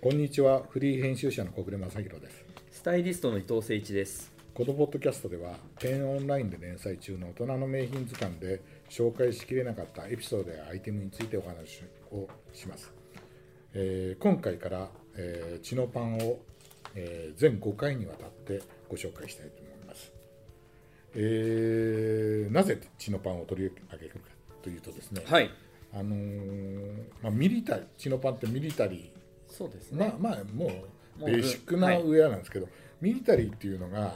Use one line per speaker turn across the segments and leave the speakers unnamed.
こんにちは、フリー編集者の小暮正弘です。
スタイリストの伊藤誠一です。
このポッドキャストでは、ペンオンラインで連載中の大人の名品図鑑で紹介しきれなかったエピソードやアイテムについてお話をします。えー今回から、えー、チノパンを、えー全5回にわたってご紹介したいと思います。えーなぜチノパンを取り上げるかというとですね、
はい。
あのーまあ、ミリタリーチノパンってミリタリー
そうですね。
まあまあもう
もう
ベーシックな
はい
ウェアなんですけど、ミリタリーっていうのが、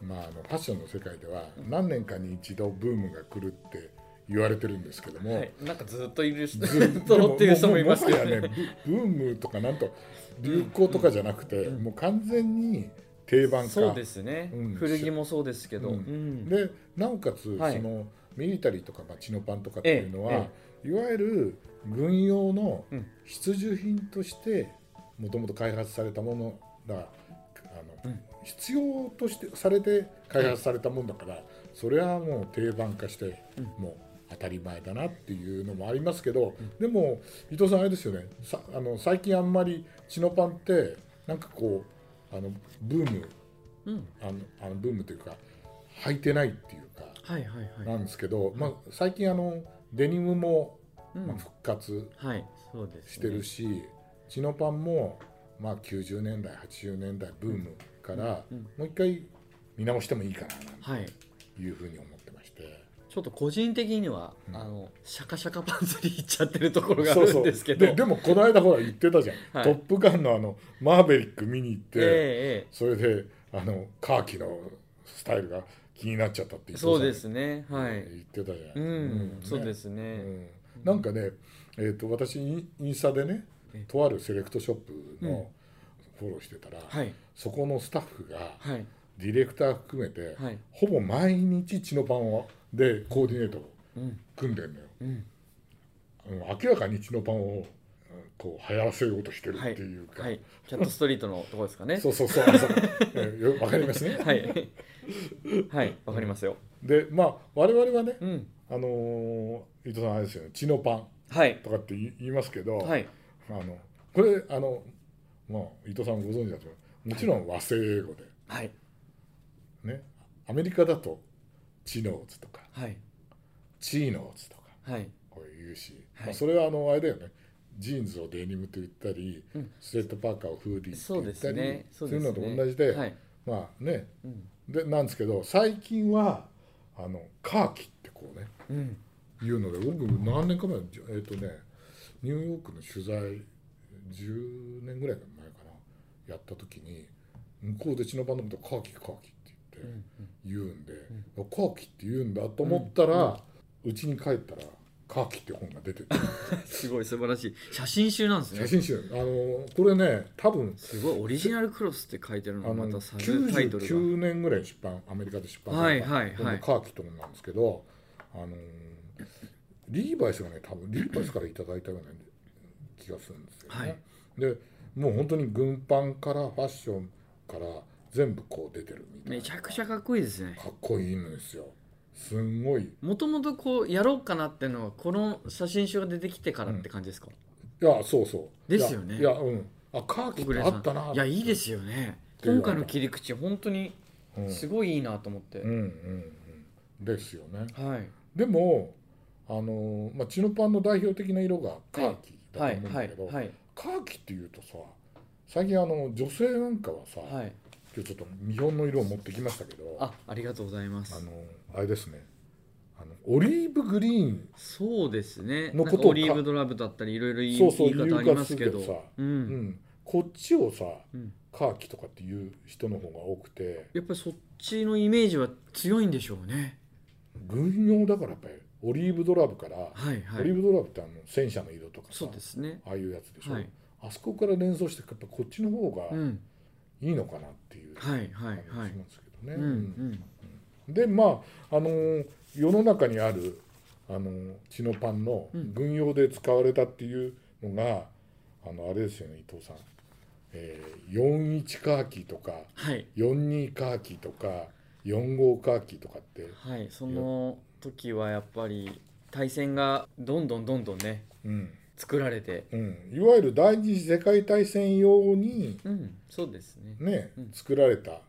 まあ、あのファッションの世界では何年かに一度ブームが来るって言われてるんですけども、
はい、 なんかずっといる人、
ず
ずっと乗ってる人もいます
で
け
も
ど
もはやね
ね。
ブブームとかなんと流行とかじゃなくて、もう完全に定番化
そうですね、
うん
古着もそうですけど。
うん
うん
でなおかつ、
はい
そのミリタリーとかまあチノパンとかっていうのは、
え
いわゆる軍用の
うん
必需品としてもともと開発されたものだあの、
うん
必要としてされて開発されたものだから、それはもう定番化して、
うん
もう当たり前だなっていうのもありますけど、でも伊藤さんあれですよねさあの最近あんまりチノパンってなんかこうあのブーム
うん
あのあのブームというか履いてないっていうか
はいはいは。
ないんですけど、まあ、最近あのデニムも、
うん
まあ、復活
はい、そうです、ね。
してるし、チノパンも、まあ、90年代80年代ブームから、
うんうん
もう一回見直してもいいかな
はい。
というふうに思ってまして
ちょっと個人的には、
うん
あのシャカシャカパンツにいっちゃってるところがあるんですけど。
ででもこの間ほら言ってたじゃん「
はい
トップガン」のあのマーベリック見に行って、
えええ
それであのカーキのスタイルが気になっちゃったって言
え
って
そうですね。はい。
言ってたじゃない、
うん、そう
ね
ですね。
うんなんかね、えー、と私インインスタでね
え
とあるセレクトショップ
うん
のフォローしてたら、
はい。
そこのスタッフが
はい。
ディレクター含めて、
はい。
ほぼ毎日チノパンをでコーディネートを
うん。
組んでるのよ、
うん。
うん明らかにチノパンをうんこう流行らせようとしてるっていうか、
はい。キャットストリートのところですかね。
そうそうそうそうえよわかりますね、
はい。はい、わかりますよ。
でまあ我々はね、
うん。
あのー伊藤さんあれですよねチノパン
はい。
とかって言い言いますけど、
はい。
あのこれあのまあ伊藤さんご存知だと思うもちろん和製英語で
はい。
ねアメリカだとチノーズとか
はい。
チーノーズとか
はい。
こう言うし、
はい
まあ、それはあのあれだよねジーンズをデニムと言ったり、
うん
スウェットパーカーをフーディー
そ
と
う
言
で
った
す
り
ね。そうです
る
ね。
のと同じで、
はい。
まあね
うん。
でなんですけど最近はあのカーキってこうね
うん。
いうので僕何年か前じゃえっ、とねニューヨークの取材10年ぐらい前かなやった時に向こうで血の番のことカーキカーキって言
う
って言う
ん。
んで、カーキって言うんだと思ったらうち、に帰ったらカーキって本が出てて
すごい素晴らしい。写真集なんです
写
ね。
真集あのこれね多分
すごいオリジナルクロスって書いてる
あ
の
の
またサブタイトルが。
99年ぐらいに出版アメリカで出版
はいはいはい
カーキって本なんですけどあのリーバイスがね多分リーバイスからいただいたような気がするんですよね。
はい
でもう本当に軍パンからファッションから全部こう出てるみたいな
めちゃくちゃかっこいいですね。
かっこいいんですよすんごいい
もともとこうやろうかなってのはこの写真集が出てきてからって感じですか。
やそうそう
ですよね
いやいやうんあカーキっ
小暮
て
さ
あ
ん
ったない
やいいですよね。今回の切り口本当に
うん
すごいいいなと思って
う。んうんうんですよね
はい。
でもあのまあチノパンの代表的な色がカーキだ
は
と
い
思うん
は
だ
い
けど、
はい
カーキっていうとさ最近あの女性なんかはさ、
はい。
今日ちょっと見本の色を持ってきましたけど
あありがとうございます
あ。のあれですねあのオリーブグリーン
そうですね。
の
の
ことを
こと
か
オリーブドラブだったりいろいろ言い
そうそう
言い方ありますけど。
言うかするけどさ
うん
うん、こっちをさ
うん
カーキとかっていう人の方が多くて
やっぱりそっちのイメージは強いんでしょうね。
軍用だからやっぱりオリーブドラブから、
はいは
オリー
い。
ブドラブってあの戦車の色とかさ
そうですね。
ああいうやつでしょ、
はい
あそこから連想してやっぱこっちの方
う
が
ん。
いいのかなっていう
は
感
いはい
じ
は
し
い。
ますけどね。
うんうん。
でまあ、あのー世の中にある、あのーチノパンの
うん
軍用で使われたっていうのが、あのあれですよね伊藤さん、えー、41カーキとか
はい
42カーキとか45カーキとかって、
はい。その時はやっぱり対戦がどんどんどんどんね
うん
作られて
うん、いわゆる第二次世界大戦用に、
うんそうですね
ね
うん
作られた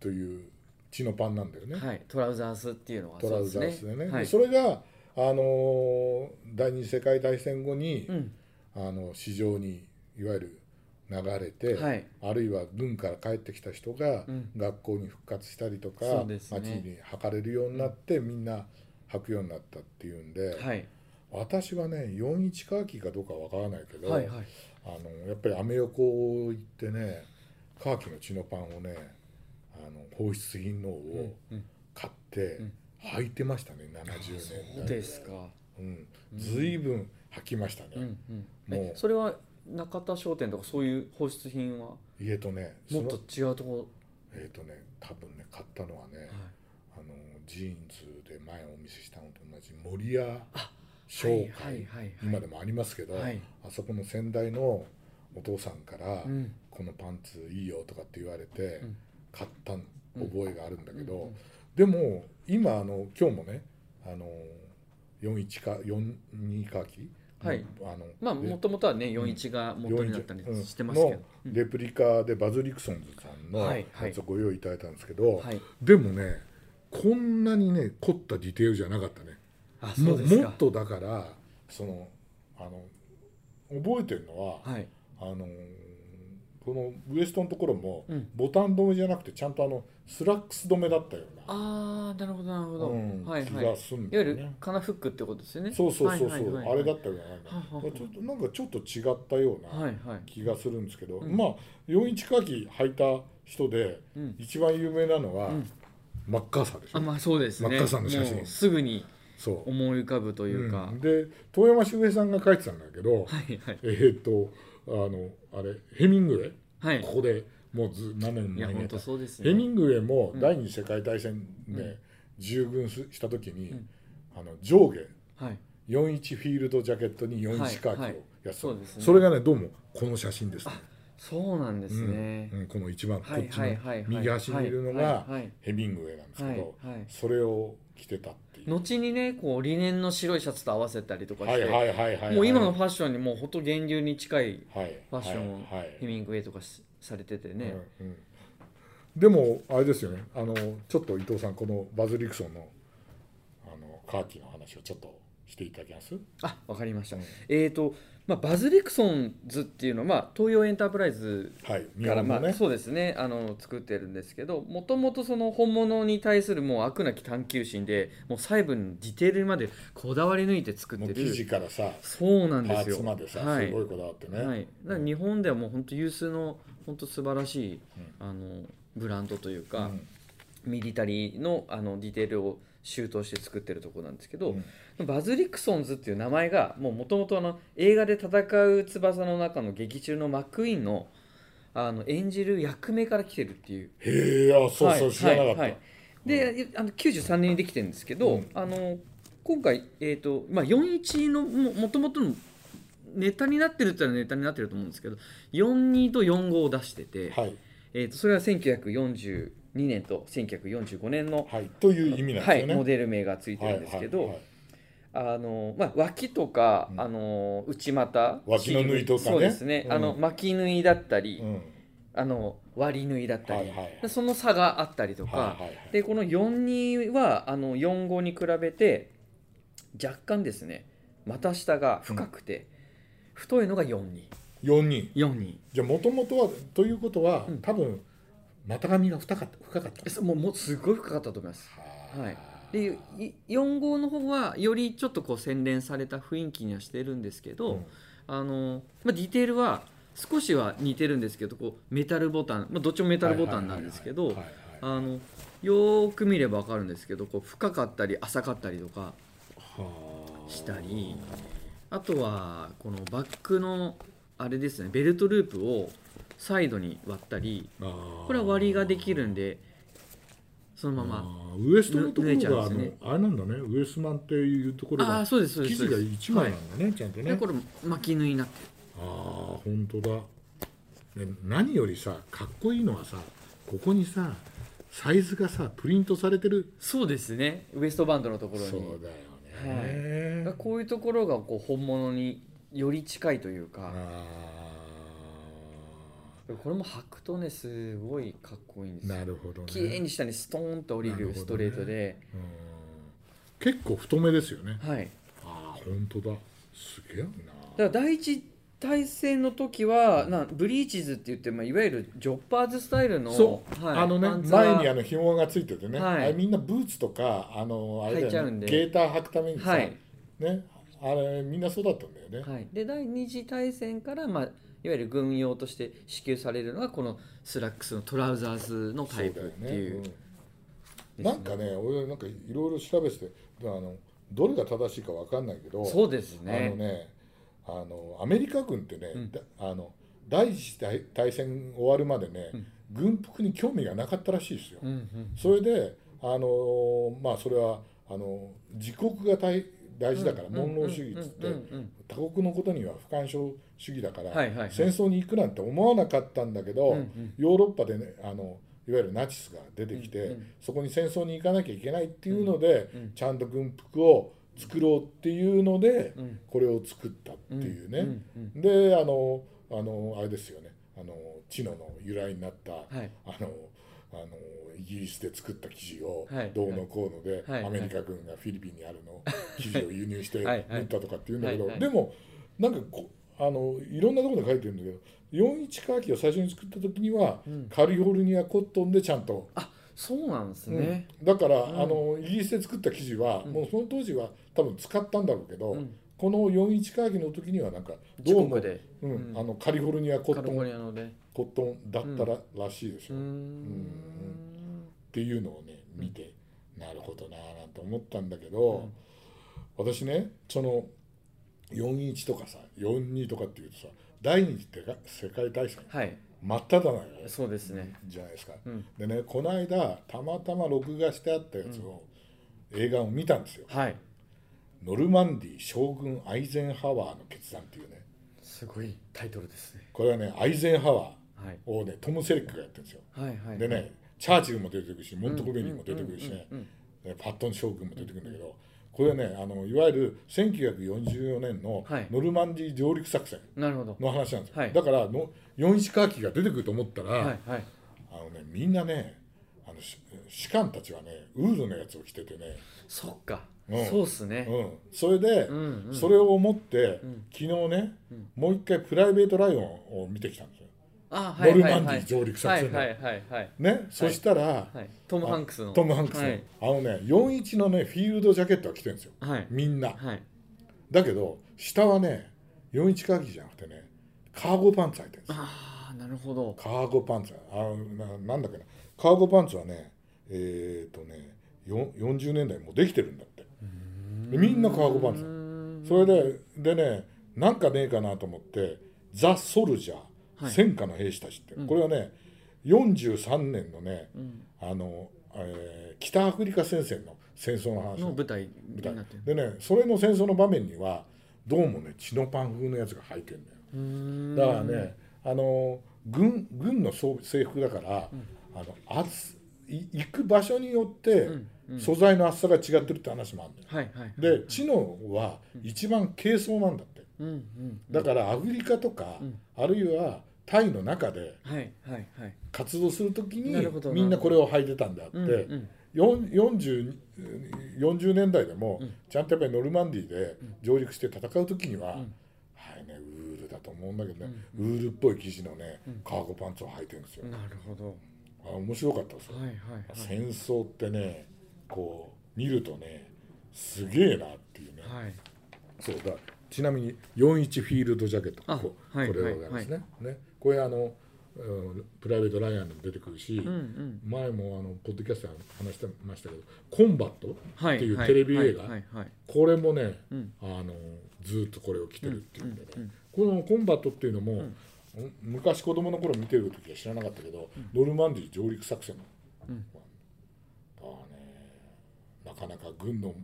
という血のパンなんだよね、
はいトラウザースっていうのは
トラウザースでね。
はい
でそれが、あのー第二次世界大戦後に、
うん
あの市場にいわゆる流れて、
はい
あるいは軍から帰ってきた人が
うん
学校に復活したりとか、
そうですね
街に履かれるようになって、みんな履くようになったっていうんで、
はい
私はね41カーキかどうかわからないけど、
はいはい
あのやっぱりアメ横行ってねカーキの血のパンをねあの放出品のを
うん
買って
うん
履いてましたね、70年
そう
代
ですか
うん、ずいぶん履きましたね、
うんう
も
んえ
う
それは中田商店とかそういう放出品は
家とね
もっ
そ
と
の
違うとこ
えっ、とね多分ね買ったのはね
ろ、はい
あのジーンズで前お見せしたのと同じ森屋商
は
会、
いはいはいはい
今でもありますけど、
はい
あそこの先代のお父さんから、
うん
このパンツいいよとかって言われて、
うん
買った覚えがあるんだけど、
うんうん
でも今あの今日もねあの41か42かき、
はい
あの
まあ
で
もともとはね41が元になったり
41
してますけど、
うんのレプリカでバズ・リクソンズさんの
はい
や
はい
つをご用意いただいたんですけど、
はい
でもねこんなにね凝ったディテールじゃなかったね
あそ
も
うですか
もっとだからそのあの覚えてるのは、
はい
あのーこのウエストのところも
うん
ボタン止めじゃなくてちゃんとあのスラックス止めだったような、
ああなるほどなるほど、
うん
はい
気
はいい
が
わ
すんだ
ゆ
よ
る
ね。
カナフックってことですよね
そうそうそうそ
は
う、
いはいはいはい
あれだったような、
はあはあ
ちょっとなんかちょっと違ったよう
は
ない
はい
気がするんですけど、
ん
まあ41カーキ履いた人で
うん
一番有名なのは、
うん
マッカーサーでしょ、
あまあそうですね
真っ赤さんの写真
もうすぐに
そう、
思い浮かぶというか、
うんで遠山秀平さんが書いてたんだけど、
はいはい
えーっとあのあれヘミングウェイ、
はい
ここでもうず何年も
いや
前にやっ
本
た
当そうです
ヘミン
ね
グウェイも第二次世界大戦
うん
で従軍すした時に、
うん
あの上下
はい
41フィールドジャケットに
はい
41カーキを
は
や
い
ってた、
そうですね
それがねどうもこの写真ですね
そうなんですね、
うんうんこの一番こ
はい
っち
は
の
いはいはい
右端にいるのが
はいはい
ヘミングウェイなんですけど、
はいはい
それを着てたっていう。
後にねこうリネンの白いシャツと合わせたりとかして、
はいはいはいはいはい、
もう今のファッションにもうほんと源流に近い
はい
ファッションを
はいはい
ヘミングウェイとかしされててね、
うんうんでもあれですよねあのちょっと伊藤さんこのバズ・リクソンのあのカーキの話をちょっとしていただけます
あわかりました、
うん
えーとまあ、バズ・リクソンズっていうのは、まあ、東洋エンタープライズ
はい日
から、
本
ま
のね、
あ、そうですねあの作ってるんですけどもともとその本物に対するもう悪なき探求心でもう細部のディテールまでこだわり抜いて作っ
も
て
う生
る
地からさ
そうな
パ
んで
ー
すよ
ツまでさ、
はい
すごいこだわってね、
はい、だから日本ではもう本当有数の本当素晴らしい、あのブランドという
う
か、
ん
ミリタリーのあのディテールを周到して作ってるところなんですけど、
うん
バズ・リクソンズっていう名前がもともと映画で戦う翼の中の劇中のマック・イーンのあの演じる役名から来てるっていう
へえあそうそう、
はい
知らなかった、
はいはいであの93年にできてるんですけど、
うん
あの今回、えーとまあ、41のももともとのネタになってるって言ったらネタになってると思うんですけど42と45を出してて、
はい
えー、とそれは1942年と1945年の、
はいという意味なんですよね、
はいモデル名がついてるんですけど、
はいはいはい
あのまあ、脇とか、
うん
あの内股
脇の縫いとかね
そうですね、
うん
あの巻き縫いだったり、
うん
あの割り縫いだったり、
はいはい
でその差があったりとか、
はいはいはい
でこの42はあの45に比べて若干ですね股下が深くて、太いのが4242
4人
42
じゃあもともとはということは、
うん
多分股上が深かった深かった
そもうもうすごい深かったと思いますはいでい4号の方はよりちょっとこう洗練された雰囲気にはしてるんですけど、
うん
あのまあ、ディテールは少しは似てるんですけどこうメタルボタン、まあ、どっちもメタルボタンなんですけ
は
ど
いはいはいはい
あのよーく見れば分かるんですけどこう深かったり浅かったりとか
はあ
したりあとはこのバックのあれですねベルトループをサイドに割ったり
こ
これは割りができるんでそのまま
あーウエストのところ
ぬれちゃ
が
う
あ
ん
の、
ですね
あれなんだねウエスマンっていうところ
ああ
が
ーそうですそう
生
です
地
そう
が
です
一枚
は
なんだね、ちゃんと
いで
ね
これ巻き縫いになってる
ああ本当だ、ね、何よりさかっこいいのはさここにさサイズがさプリントされてる
そうですねウエストバンドのとこ
そう
ろ
だよね、
にこういうところがこう本物により近いというか、
あ
これも履くとねすごいかっこいいんで
ー
すよ
なるほどね
綺麗に下にストーンと降り
なるほ
る
どね
ストレートで、
うん結構太めですよね
はい
ああ本当だすげえな
だから第一対戦の時はなブリーチズって言って、まあ、いわゆるジョッパーズスタイルの
そう、
はい
あのね
パンツは
前にあの紐がついててね、
はい
あれみんなブーツとかあのあれ
履いち
だ
ゃ
よ
うん
ね
で
ゲーター履くためにさ、
はい
ねあれみんなそうだったんだよね、
はい、で第二次大戦から、まあ、いわゆる軍用として支給されるのがこのスラックスのトラウザーズのタイプっていう
そうだよねうんなんかね俺なんかいろいろ調べててあのどれが正しいかわかんないけど
そうです
あ
ね
のねあのアメリカ軍ってね、
うん
だあの第一次大戦終わるまでね、
うん
軍服に興味がなかったらしいですよ、
うんうん
それであのーまあそれはあの自国が大大事だから、
うん
モンロー主義っつって、
うんうんうん
他国のことには不干渉主義だから、
はいはいはい
戦争に行くなんて思わなかったんだけど、
うんうん
ヨーロッパでねあのいわゆるナチスが出てきて、
うんうん
そこに戦争に行かなきゃいけないっていうので、
うんうん
ちゃんと軍服を作ろうっていうので、
うん
これを作ったっていうね、
うんうん
であのあのあれですよねあのチノの由来になった、
はい
あのあのイギリスで作った生地を
はい
どうのこうので、
はい
アメリカ軍がフィリピンにあるのを生地を輸入して
はいはい
塗ったとかっていうんだけど、
はいはい
でもなんかこあのいろんなところで書いてるんだけど41カーキを最初に作った時には、
うん
カリフォルニアコットンでちゃんと、
あそうなんですね、
うんだから、
ん
あのイギリスで作った生地は、
ん
もうその当時は多分使ったんだろうけど、
うん
この41カーキの時にはなんか
自
どう
国
も、
で
うん
うん
あのカリフォルニアコ
カ
ッ
リ
ト
フォル
ン
ニアので
コットンだったら,、らしいです
うー
よ、
ん
っていうのをね見て、なるほどなぁなんて思ったんだけど、私ねその41とかさ42とかっていうとさ第二次世界大戦
はい
真っ只中
そうですね
じゃないですか、
うん
でねこの間たまたま録画してあったやつを、映画を見たんですよ
はい
「ノルマンディ将軍アイゼンハワーの決断」っていうね
すごいタイトルですね
これはねアイゼンハワ
はい
ーをねトム・セリックがやってるんですよ
はいはい
でねチャーチルも出てくるしモントコベニーも出てくるしね、
うんうんうん
ねパットン将軍も出てくるんだけどこれはねあのいわゆる1944年の
はい
ノルマンディー上陸作戦
なるほど
の話なんですよ、
はい
だからの41カーキが出てくると思ったら、
はいはい
あのねみんなねあのし士官たちはねウールのやつを着ててね、
そっか
うん
そうっすね
うん、それで、
うんうん
それを思って、
ん
昨日ね、もう一回プライベートライオンを見てきたんですよ、
あはいはい
ノ
はい
ルマンディ上陸作戦の
はいはいはいはい
ね、そしたら、
はいトム・ハンクスの
トム・ハンクスの、
はい
あのね41のねフィールドジャケットは着てるんですよ
はい
みんな、
はい
だけど下はね41カーキじゃなくてねカーゴパンツ履いてるんですよ
ああなるほど
カーゴパンツあななんだっけなカーゴパンツはねえっ、とねよ40年代もうできてるんだってでみんなカーゴパンツ
うー
それ
ん
ででねなんかねえかなと思って「ザ・ソルジャー、
はい
戦火の兵士たち」って、これはね43年のね、あの、えー北アフリカ戦線の戦争の話
の
の
舞台
舞
に
台
なってる
でねそれの戦争の場面にはどうもねチノパン風のやつが入ってるんだよ
うーん
だからね、あの軍軍の装制服だから、あのあつい行く場所によって
ん
素材の厚さが違ってるって話もあるんだよ
はいはい
で知能は一番軽装なんだって
うんうん
だからアフリカとか、
ん
あるいはタイの中で
はいはいはい
活動する時に
なるほど
みんなこれを履いてたんであって、
うんうん
よん 40, 40年代でもちゃんとやっぱりノルマンディーで上陸して戦う時には、はいねウールだと思うんだけどね、ウールっぽい生地のねカーゴパンツを履いてるんですよ、
なるほど
あ面白かったですよ、
はいはいはい
戦争ってねこう見るとねすげえなっていうね、
はい
そうだちなみに41フィールドジャケット
あ
こ,、
はい
これでございますね,、ねこれあの、うんプライベート・ライアンにも出てくるし、
うんうん
前もあのポッドキャストで話してましたけど「コンバット」
はい
っていうテレビ映画、
はいはいはい
これもね、
うん
あのずーっとこれを着てるっていうんでね、
うん
この「コンバット」っていうのも、うん昔子供の頃見てる時は知らなかったけど、ノルマンディー上陸作戦の、
うん
まあねなかなか軍の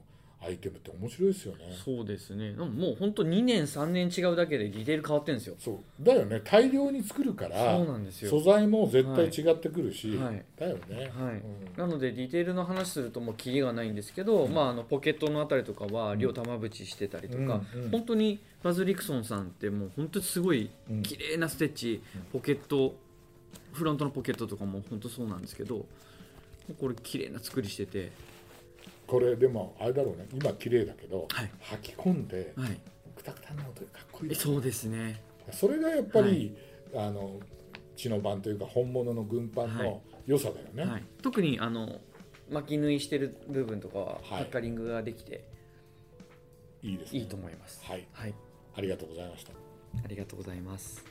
アイテムって面白いですよね
そうですねでももう本当2年3年違うだけでディテール変わってるんですよ
そうだよね大量に作るから
そうなんですよ
素材も絶対違ってくるし、
はいはい
だよね、
はい
うん
なのでディテールの話するともうキリがないんですけど、まあ、あのポケットのあたりとかは両玉縁してたりとか、
うんうん
本当にバズ・リクソンさんってもう本当にすごい
うん
綺麗なステッチ、ポケットフロントのポケットとかも本当そうなんですけどこれ綺麗な作りしてて、
これでもあれだろうね今綺麗だけど、
はい
履き込んで
はい、
くたくたになるとかっこいい
えそうですね
それがやっぱり、あの血の版というか本物の軍パン
はい
の良さだよね、
はい、特にあの巻き縫いしてる部分とかはハ
はい
ッカリングができて
い、いですね
いいと思います、
はい
はい、
ありがとうございました
ありがとうございます